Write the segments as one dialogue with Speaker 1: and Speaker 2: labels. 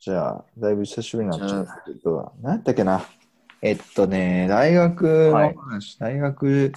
Speaker 1: じゃあ、だいぶ久しぶりになっちゃったけど、何やったっけな。えっとね、大学の話、大学、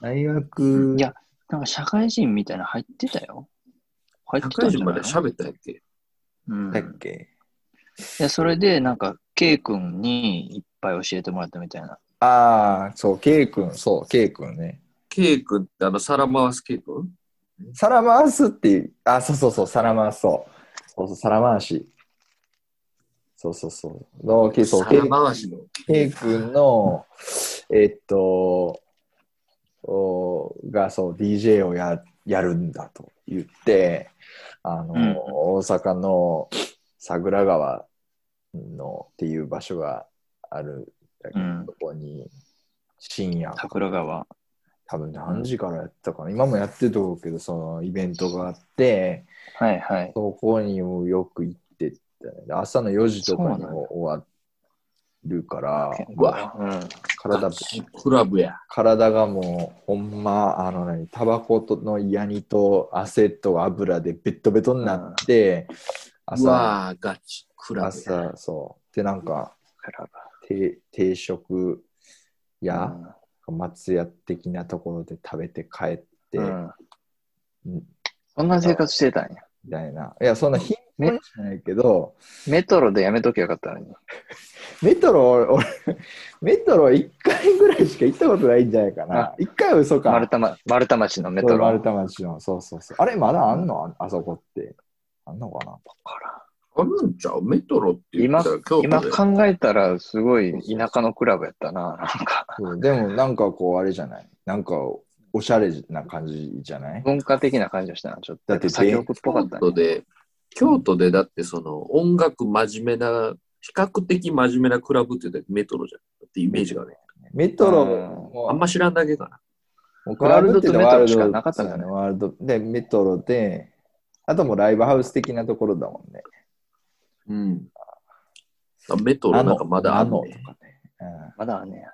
Speaker 1: 大学、
Speaker 2: いや、なんか社会人みたいなの入ってたよ。入って
Speaker 3: 社
Speaker 2: た
Speaker 3: 会
Speaker 2: んじゃ
Speaker 3: 人
Speaker 2: な
Speaker 3: ま
Speaker 2: い
Speaker 3: で
Speaker 2: の
Speaker 3: 喋ったんやっけうん。
Speaker 1: だっけ。
Speaker 2: いや、それで、なんか、K 君にいっぱい教えてもらったみたいな。
Speaker 1: ああ、そう、K 君、そう、K 君ね。
Speaker 3: ケイ君ってあの、皿回すケイ君
Speaker 1: サラマースっていう、あ、そうそうそう、サラマース、そう。そうそう、サラマーシ。そうそうそう。の、K、そう、K
Speaker 3: 皿回しの。
Speaker 1: K 君の、えっと、おがそう DJ をややるんだと言ってあの、
Speaker 2: うん
Speaker 1: 大阪の桜川のっていう場所があるんだけど、
Speaker 2: うん
Speaker 1: そこに深夜
Speaker 2: 桜川。
Speaker 1: 多分何時からやったかな今もやってると思うけどそのイベントがあって
Speaker 2: はいはい。
Speaker 1: そこにもよく行ってたねで朝の4時とかにも終わるから
Speaker 2: うわ。うん。
Speaker 1: 体
Speaker 3: ガチクラブや。
Speaker 1: 体がもうほんまあの何タバコとのヤニと汗と油でベットベトになって、
Speaker 3: う
Speaker 1: 朝
Speaker 3: わー、ガチクラブや。
Speaker 1: 朝そうでなんか
Speaker 2: 桜
Speaker 1: 定定食
Speaker 2: 川。
Speaker 1: や、松屋的なところで食べて帰って、
Speaker 2: うん。
Speaker 1: み
Speaker 2: そんな生活してたんや。
Speaker 1: たいないやそんな貧困じゃないけど、
Speaker 2: メトロでやめときゃよかったのに。
Speaker 1: メトロ俺俺メトロ1回ぐらいしか行ったことないんじゃないかな
Speaker 2: あ
Speaker 1: 1回は嘘か
Speaker 2: 丸太,、ま、丸太町のメトロ。
Speaker 1: 丸太町のそうそうそうあれまだあんのああそこってあんのかな
Speaker 3: あるんちゃうメトロって言っ
Speaker 2: 今
Speaker 3: たら京都、で
Speaker 2: 今考えたら、すごい田舎のクラブやったな。なんか、
Speaker 1: そうでもなんかこうあれじゃないなんかおしゃれな感じじゃない
Speaker 2: 文化的な感じがしたな。ちょっと。
Speaker 1: だって
Speaker 2: 作曲っぽかっ
Speaker 3: 京
Speaker 2: た
Speaker 3: 都
Speaker 2: ね。
Speaker 3: で、京都でだってその音楽真面目な、比較的真面目なクラブって言ったらメトロじゃん。だってイメージがね。
Speaker 1: メトロ
Speaker 3: あん
Speaker 1: も
Speaker 3: ま知らんだけかな。
Speaker 1: もう
Speaker 2: ワールドとメトロしか
Speaker 1: ワールド
Speaker 2: なかったんだね
Speaker 1: ワールドでメトロであともうライブハウス的なところだもんね
Speaker 3: うん。あメトロなんかまだあ
Speaker 1: あ
Speaker 3: ん
Speaker 1: の
Speaker 3: ね
Speaker 1: と。かね、うん
Speaker 2: まだね。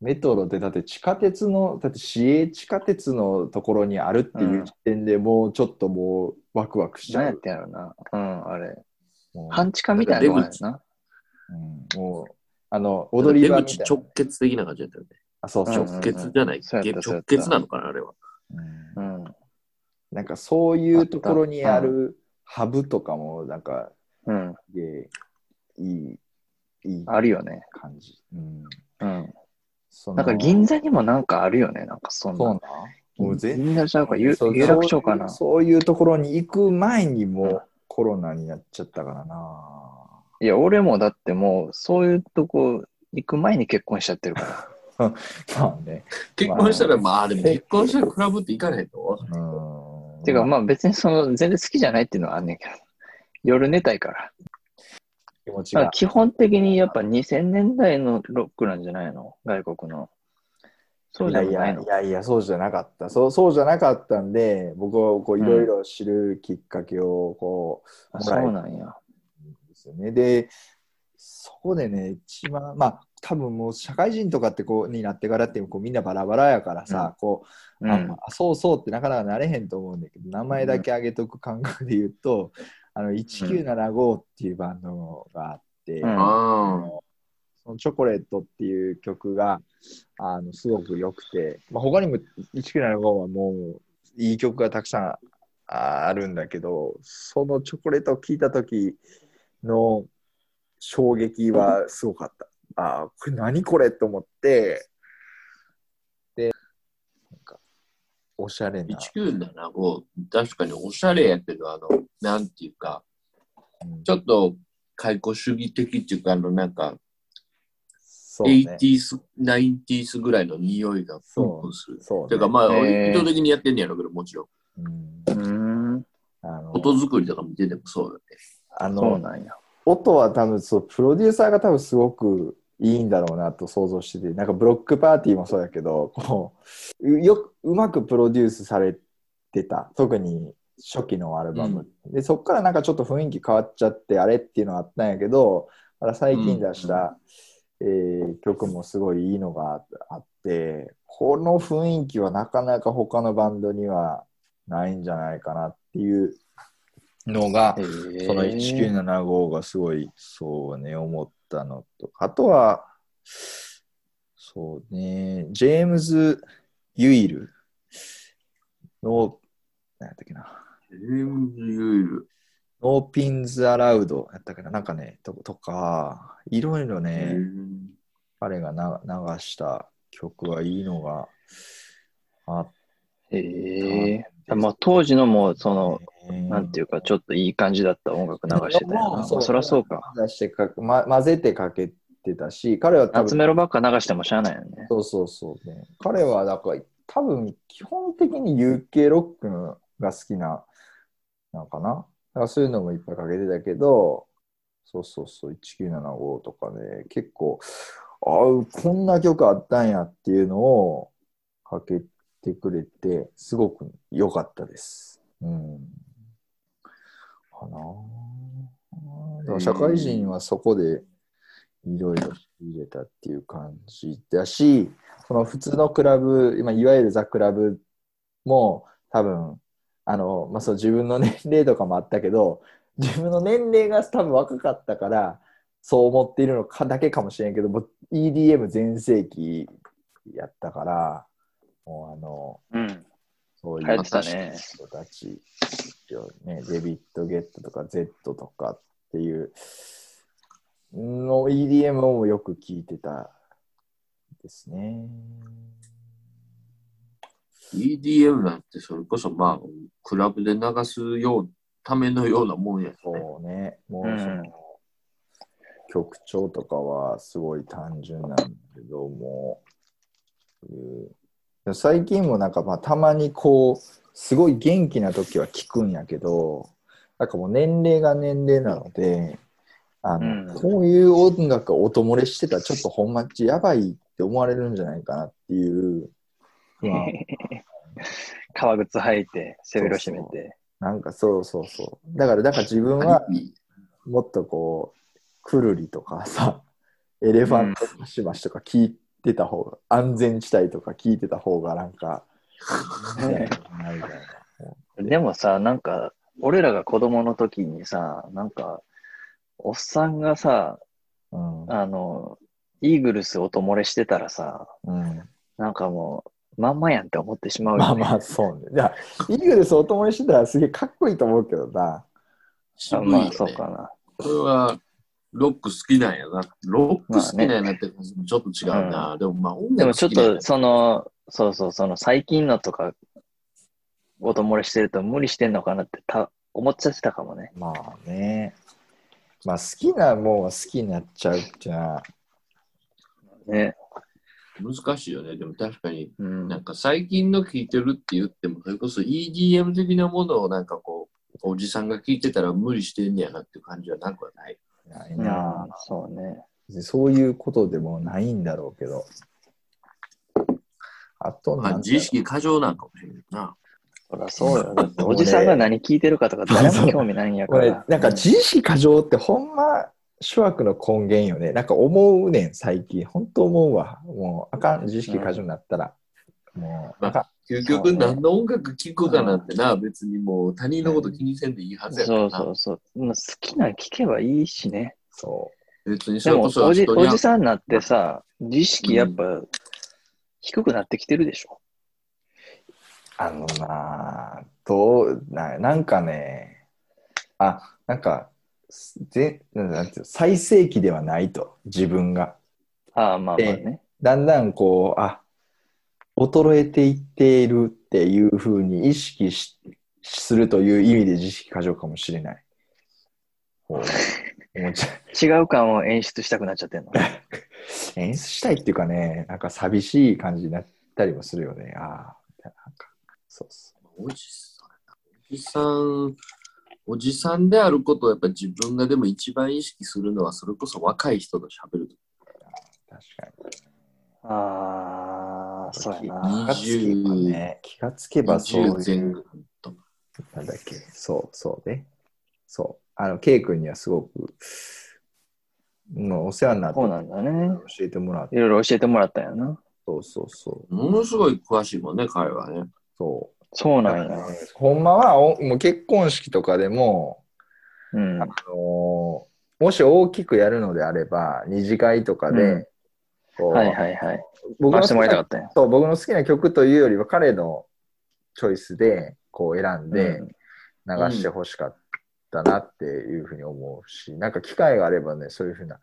Speaker 1: メトロでだって地下鉄のだって市営地下鉄のところにあるっていう時点でもうちょっともうワクワクしち
Speaker 2: 何
Speaker 1: ゃ
Speaker 2: やっ
Speaker 1: う、
Speaker 2: てんやろな。うん、あれ。
Speaker 1: もう
Speaker 2: 半地下みたいなのがあるな。
Speaker 1: うんもうあの踊り場
Speaker 3: 出
Speaker 1: みたい
Speaker 3: 口
Speaker 1: な
Speaker 3: 直結的な感じだったよね。
Speaker 1: あそうそう、
Speaker 2: うん
Speaker 3: 直結じゃない。
Speaker 2: そうやったそうや
Speaker 3: 直
Speaker 2: った
Speaker 3: 結なのかな、あれは。
Speaker 1: うん
Speaker 2: うん。
Speaker 1: なんかそういうところにあるハブとかもなんか
Speaker 2: うん。
Speaker 1: でいいいい
Speaker 2: あるよね。
Speaker 1: 感じ。うん、
Speaker 2: うん。
Speaker 1: その
Speaker 2: なんか銀座にもなんかあるよね。なんかそん
Speaker 1: そうなん
Speaker 2: な。
Speaker 1: もう全
Speaker 2: 銀座ちゃうか、有
Speaker 1: そう
Speaker 2: 有楽町かな。
Speaker 1: そういうそういうところに行く前にも
Speaker 2: うん
Speaker 1: うコロナになっちゃったからな。
Speaker 2: いや、俺もだってもう、そういうとこ行く前に結婚しちゃってるから。
Speaker 1: まあね。
Speaker 3: 結婚したら、まあでも結婚したらクラブって行かないとわかんない。
Speaker 1: うん
Speaker 2: てか、まあ別にその、全然好きじゃないっていうのはあんねんけど。夜寝たいから。
Speaker 1: 気持ち
Speaker 2: だから
Speaker 1: が。
Speaker 2: 基本的にやっぱ2000年代のロックなんじゃないの外国の。そう
Speaker 1: い
Speaker 2: じゃ
Speaker 1: やいや
Speaker 2: ない
Speaker 1: い
Speaker 2: の
Speaker 1: やいや、そうじゃなかった。そうそうじゃなかったんで、僕はこういろいろ知るきっかけをこう、
Speaker 2: あそうなんや。
Speaker 1: ですよね。で、そこでね、一番、まあ、多分もう社会人とかってこうになってからってこうみんなバラバラやからさ、こう、
Speaker 2: う
Speaker 1: あ
Speaker 2: ん。
Speaker 1: あそうそうってなかなかなれへんと思うんだけど、名前だけ挙げとく感覚で言うと、あの1975っていうバンドがあって、
Speaker 2: うん
Speaker 1: あ
Speaker 3: あ
Speaker 1: のそのチョコレートっていう曲があのすごく良くて、まあ、他にも1975はもういい曲がたくさんああるんだけどそのチョコレートを聴いた時の衝撃はすごかった。あーこれ何これと思ってでなんかおしゃれな、
Speaker 3: あ。1975、確かにおしゃれやけど、あの、なんていうか、
Speaker 1: うん
Speaker 3: ちょっと解雇主義的っていうか、あの、なんか、
Speaker 1: そうね
Speaker 3: 80s、90s ぐらいの匂いがプンプンする。
Speaker 1: そう
Speaker 3: て
Speaker 1: ね
Speaker 3: か、まあ、
Speaker 2: へ
Speaker 3: 意
Speaker 2: ー
Speaker 3: 図的にやってんねやろうけど、もちろん。
Speaker 1: うん
Speaker 2: うん。
Speaker 1: あの
Speaker 3: 音作りとか見ててもそうよね。
Speaker 1: あの
Speaker 2: そうなんや。
Speaker 1: 音は多分そうプロデューサーが多分すごくいいんだろうなと想像しててなんかブロックパーティーもそうやけどこううよくうまくプロデュースされてた特に初期のアルバム、でそこからなんかちょっと雰囲気変わっちゃってあれっていうのはあったんやけどまだ最近出した、えー曲もすごいいいのがあってこの雰囲気はなかなか他のバンドにはないんじゃないかなっていうのが、
Speaker 2: そ
Speaker 1: その1975がすごい、そうね、思ったのと、あとは、そうね、ジェームズ・ユイルの、なんやったっけな、
Speaker 3: ジェームズ・ユイル。
Speaker 1: ノーピンズ・アラウドやったっけな、なんかね、ととか、いろいろね、彼がな流した曲はいいのがあっ
Speaker 2: ええまあ当時のもうその、
Speaker 1: て、
Speaker 2: なんて
Speaker 1: い
Speaker 2: いうか、ちょっといい感じだった音楽流してたよ
Speaker 1: いや
Speaker 2: な。
Speaker 1: もう
Speaker 2: そりゃそうか。
Speaker 1: う出してか、ま、混ぜてかけてたし、彼は多
Speaker 2: 夏
Speaker 1: 分、
Speaker 2: メロばっか流してもしゃあないよね。
Speaker 1: そうそうそう、ね。彼はだから多分基本的に UK ロックのが好きなのかな。だからそういうのもいっぱいかけてたけど、そうそうそう、1975とかね、結構、ああ、こんな曲あったんやっていうのをかけてくれて、すごく良かったです。うん。かなあだから社会人はそこでいろいろ入れたっていう感じだし、その普通のクラブ、今いわゆるザ・クラブも多分、あの、まあ、そう自分の年齢とかもあったけど、自分の年齢が多分若かったから、そう思っているのかだけかもしれんけど、僕 EDM 全盛期やったから、もうあの、
Speaker 2: うん。
Speaker 1: そうい
Speaker 2: 流行
Speaker 1: う
Speaker 2: ってたね
Speaker 1: 人たちよね、デビット・ゲットとか Z とかっていうの EDM をよく聞いてたですね。
Speaker 3: EDM なんてそれこそまあ、クラブで流すようためのようなもんやね。
Speaker 1: そうね、も
Speaker 2: う
Speaker 1: うんその、曲調とかはすごい単純なんだけども、うんでも最近もなんかまあたまにこう、すごい元気な時は聞くんやけど、なんかもう年齢が年齢なので、あの
Speaker 2: うん
Speaker 1: こういう音楽を音漏れしてたらちょっとほんまちやばいって思われるんじゃないかなっていう不安
Speaker 2: 革靴履いて、背広締めて。
Speaker 1: なんかそうそうそうだからだから自分は
Speaker 3: ハリピ
Speaker 1: もっとこう、くるりとかさ、 エレファントマシマシとか聞いてた方が、安全地帯とか聞いてた方がなんか、み たいなみたいな
Speaker 2: でもさ、なんか、俺らが子供の時にさ、なんか、おっさんがさ、
Speaker 1: うん
Speaker 2: あの、イーグルス音漏れしてたらさ、
Speaker 1: うん
Speaker 2: なんかもう、まんまやんって思ってしまうよ、ね。
Speaker 1: まあまあ、そうね。いや、イーグルスお供にしてたらすげえかっこいいと思うけどな。
Speaker 3: 渋いよね
Speaker 2: まあ、そうかな。
Speaker 3: これは、ロック好きなんやな。ロック好きなんやなって感じもちょっと違うな。でもまあ音
Speaker 2: でも
Speaker 3: 楽
Speaker 2: ちょ
Speaker 3: 好
Speaker 2: っ
Speaker 3: きなんや
Speaker 2: と、その、そうそう、その最近のとか、音漏れしてると無理してんのかなってた思っちゃってたかもね。
Speaker 1: まあね。まあ好きなもんは好きになっちゃうっていうのは、
Speaker 2: ね。
Speaker 3: 難しいよね。でも確かに、
Speaker 2: うん。
Speaker 3: なんか最近の聴いてるって言っても、それこそ EDM 的なものをなんかこう、おじさんが聴いてたら無理してんねやなっていう感じはなくはない。
Speaker 1: ない
Speaker 2: うん
Speaker 1: な、
Speaker 2: そうね。
Speaker 1: そういうことでもないんだろうけど。あと
Speaker 3: ま
Speaker 1: なんだ
Speaker 3: あ
Speaker 1: ろう
Speaker 3: 自意識過剰なんかもしれないな。
Speaker 2: そりゃそうよ。だっておじさんが何聞いてるかとか誰も興味ないんやか
Speaker 1: これ
Speaker 2: ら。
Speaker 1: なんか自意識過剰ってほんま諸悪の根源よねなんか思うねん最近本当思うわもうあかん自意識過剰になったら、もうあか
Speaker 3: 究
Speaker 2: そう
Speaker 3: 極
Speaker 2: ね
Speaker 3: 何の音楽聴くかなんてな、別にもう他人のこと気にせんでいいはずやから
Speaker 2: そ
Speaker 3: な。
Speaker 2: うそうそう。もう好きなの聞けばいいしね。
Speaker 1: んそ
Speaker 3: 別にそ
Speaker 2: で
Speaker 3: れ
Speaker 2: も
Speaker 3: こそ
Speaker 2: おじ、
Speaker 3: 人に
Speaker 2: お
Speaker 3: 合う
Speaker 2: じさんになってさ、自意識やっぱ低くなってきてるでしょ。
Speaker 1: うあのなあどうななんかねあなんかぜなんていうの最盛期ではないと自分が
Speaker 2: ああ、まあまあね。
Speaker 1: だんだんこうあ衰えていっているっていうふうに意識しするという意味で自意識過剰かもしれない。こう思っちゃう
Speaker 2: 違う感を演出したくなっちゃってんの。
Speaker 1: 演出したいっていうかね、なんか寂しい感じになったりもするよね。ああ、みたいななんか、そうそ
Speaker 3: おじさん、おじさん、おじさんであることをやっぱ自分がでも一番意識するのは、それこそ若い人と喋ると。
Speaker 1: う、確かに。
Speaker 2: ああ、そうや
Speaker 1: 気
Speaker 2: な。
Speaker 1: がつけばね、気がつけばそう
Speaker 3: 20
Speaker 1: い
Speaker 3: 前
Speaker 1: う
Speaker 3: 後。
Speaker 1: なんだっけ、そうそうね。そう。あの、ケイ君にはすごく、もうお世話になって
Speaker 2: そうなんだね。
Speaker 1: 教えてもらって、
Speaker 2: いろいろ教えてもらったんやな。
Speaker 1: そうそうそう。
Speaker 3: ものすごい詳しいもんね、彼はね。
Speaker 1: そう
Speaker 2: そう
Speaker 1: だ
Speaker 2: な
Speaker 1: か
Speaker 2: ん
Speaker 1: ら
Speaker 2: や。
Speaker 1: ねほんまはおもう結婚式とかでも
Speaker 2: うん
Speaker 1: あ。のもし大きくやるのであれば、二次会とかで、
Speaker 2: うん
Speaker 1: こう
Speaker 2: はいはいはい。
Speaker 1: 僕の
Speaker 2: 回しても
Speaker 1: 好き
Speaker 2: らいたか
Speaker 1: な
Speaker 2: ったよ。
Speaker 1: そう僕の好きな曲というよりは、彼のチョイスでこう選んで
Speaker 2: うん
Speaker 1: 流してほしかったなっていうふうに思うし、なんか機会があればね、そういうふうなこ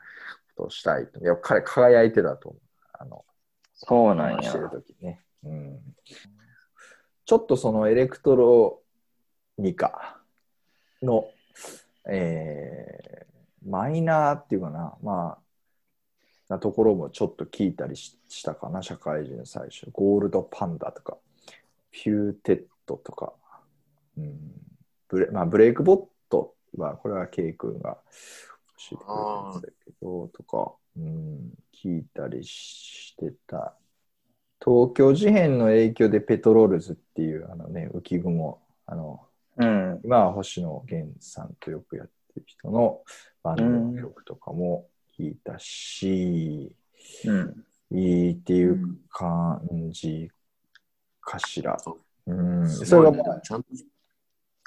Speaker 1: とをしたいと。いや、彼輝いてたと思う。あの
Speaker 2: そうなん
Speaker 1: 話し
Speaker 2: や
Speaker 1: て。る時ね。うん、ちょっとそのエレクトロニカの、えーマイナーっていうかな、まあ、なところもちょっと聞いたりししたかな、社会人最初。ゴールドパンダとか、ピューテッドとか、うんブレまあ、ブレイクボットは、これは K 君が教えてくれたんだけど、とか、うん、聞いたりしてた東京事変の影響でペトロールズっていうあのね浮き雲あの
Speaker 2: うん。
Speaker 1: 今は星野源さんとよくやってる人のバンドの曲とかも聞いたし、
Speaker 2: うん。
Speaker 1: いいっていううん感じかしら、うん
Speaker 3: すご
Speaker 1: そ
Speaker 3: いね
Speaker 1: れがまあ
Speaker 3: ちゃんと、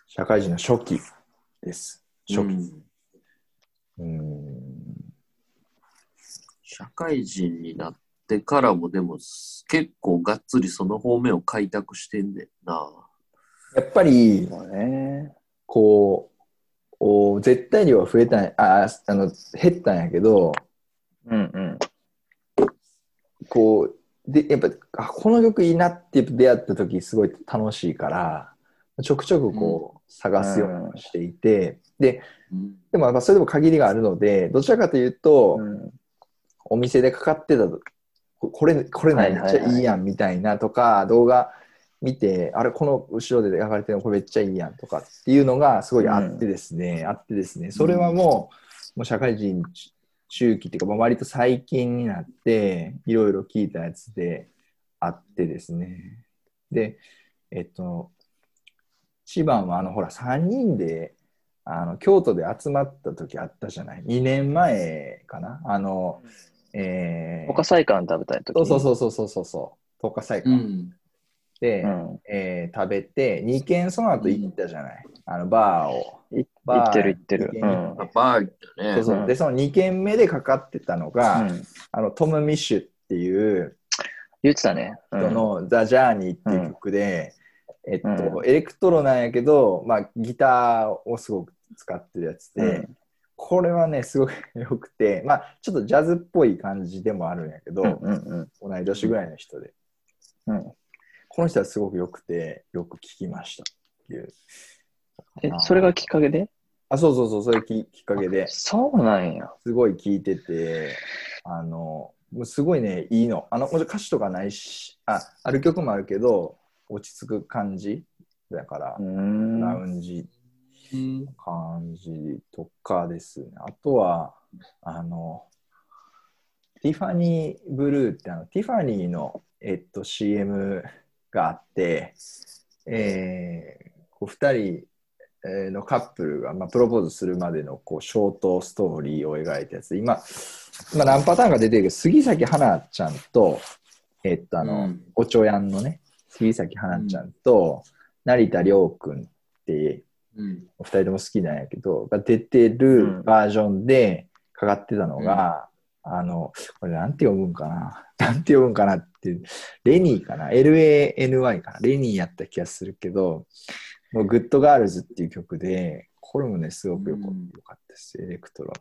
Speaker 1: 社会人の初期です初
Speaker 3: う
Speaker 1: 期、
Speaker 3: ん
Speaker 1: うん
Speaker 3: 社会人になってからもでも結構がっつりその方面を開拓してんねんな。
Speaker 1: やっぱり
Speaker 2: そうね。
Speaker 1: こうお絶対量は増えたんやああの減ったんやけど
Speaker 2: うんうん。
Speaker 1: こう、で、やっぱ、あ、この曲いいなって出会った時すごい楽しいから、ちょくちょくこう、探すようにしていて、で、
Speaker 3: うん
Speaker 1: でもやっぱそれでも限りがあるので、どちらかというと、
Speaker 2: うん
Speaker 1: お店でかかってたと、ここれ、これな
Speaker 2: はいい
Speaker 1: め
Speaker 2: はい
Speaker 1: っ
Speaker 2: はい
Speaker 1: ちゃいいやんみたいなとか、動画見て、あれ、この後ろで流れてるのこれめっちゃいいやんとかっていうのがすごいあってですね、あってですね、それはもう、もう社会人中期っていうか、まあ、割と最近になって、いろいろ聞いたやつであってですね、で、えっと、一番はあの、ほら、3人で、あの京都で集まった時あったじゃない2年前かなあのえー、
Speaker 2: 他菜館食べたいとき。
Speaker 1: そうそうそうそうそうそう十日祭
Speaker 3: う
Speaker 1: 館
Speaker 3: ん。
Speaker 1: で、
Speaker 2: うん。
Speaker 1: えー食べて2軒その後行ったじゃない、あのバーを
Speaker 2: い行
Speaker 1: バー
Speaker 2: ってる行ってる。う
Speaker 1: 行
Speaker 2: ん。
Speaker 3: あバ
Speaker 1: そ
Speaker 3: ーだね。
Speaker 1: うそうでその2軒目でかかってたのが、
Speaker 2: うん
Speaker 1: あのトム・ミッシュっていう
Speaker 2: 言ってたね。うん
Speaker 1: 人の「ザ・ジャーニーっていう曲で、えっと、エレクトロなんやけど、まあ、ギターをすごく使ってるやつで、
Speaker 2: うん
Speaker 1: これはねすごく良くてまあちょっとジャズっぽい感じでもあるんやけど、
Speaker 2: うんうん
Speaker 1: 同い年ぐらいの人で、
Speaker 2: うんうん。
Speaker 1: この人はすごく良くてよく聞きましたっていう
Speaker 2: え、それがきっかけで
Speaker 1: あそうそうそうそれききっかけで
Speaker 2: そうなんや。
Speaker 1: すごい聞いててあのもうすごいねいいのあのもちろん歌詞とかないしあある曲もあるけど落ち着く感じだから
Speaker 2: う、ーん。
Speaker 1: ラウンジ
Speaker 3: うん
Speaker 1: 感じとかですねあとはあのティファニーブルーってあのティファニーの、えっと、CM があって、えーこう2人えーのカップルが、まあ、プロポーズするまでのこうショートストーリーを描いたやつ今今何パターンか出てるけど杉咲花ちゃんと、えっとあの
Speaker 3: うん
Speaker 1: おちょやんのね杉咲花ちゃんと成田凌君って
Speaker 3: うん。
Speaker 1: お二人とも好きなんやけど、が出てるバージョンでかかってたのが、あの、これなんて読むんかな なんて読むんかなっていう、レニーかな ?LANY かなレニーやった気がするけど、もうグッドガールズっていう曲で、これもね、すごくよか,、
Speaker 3: うん
Speaker 1: よかったです。エレクトロ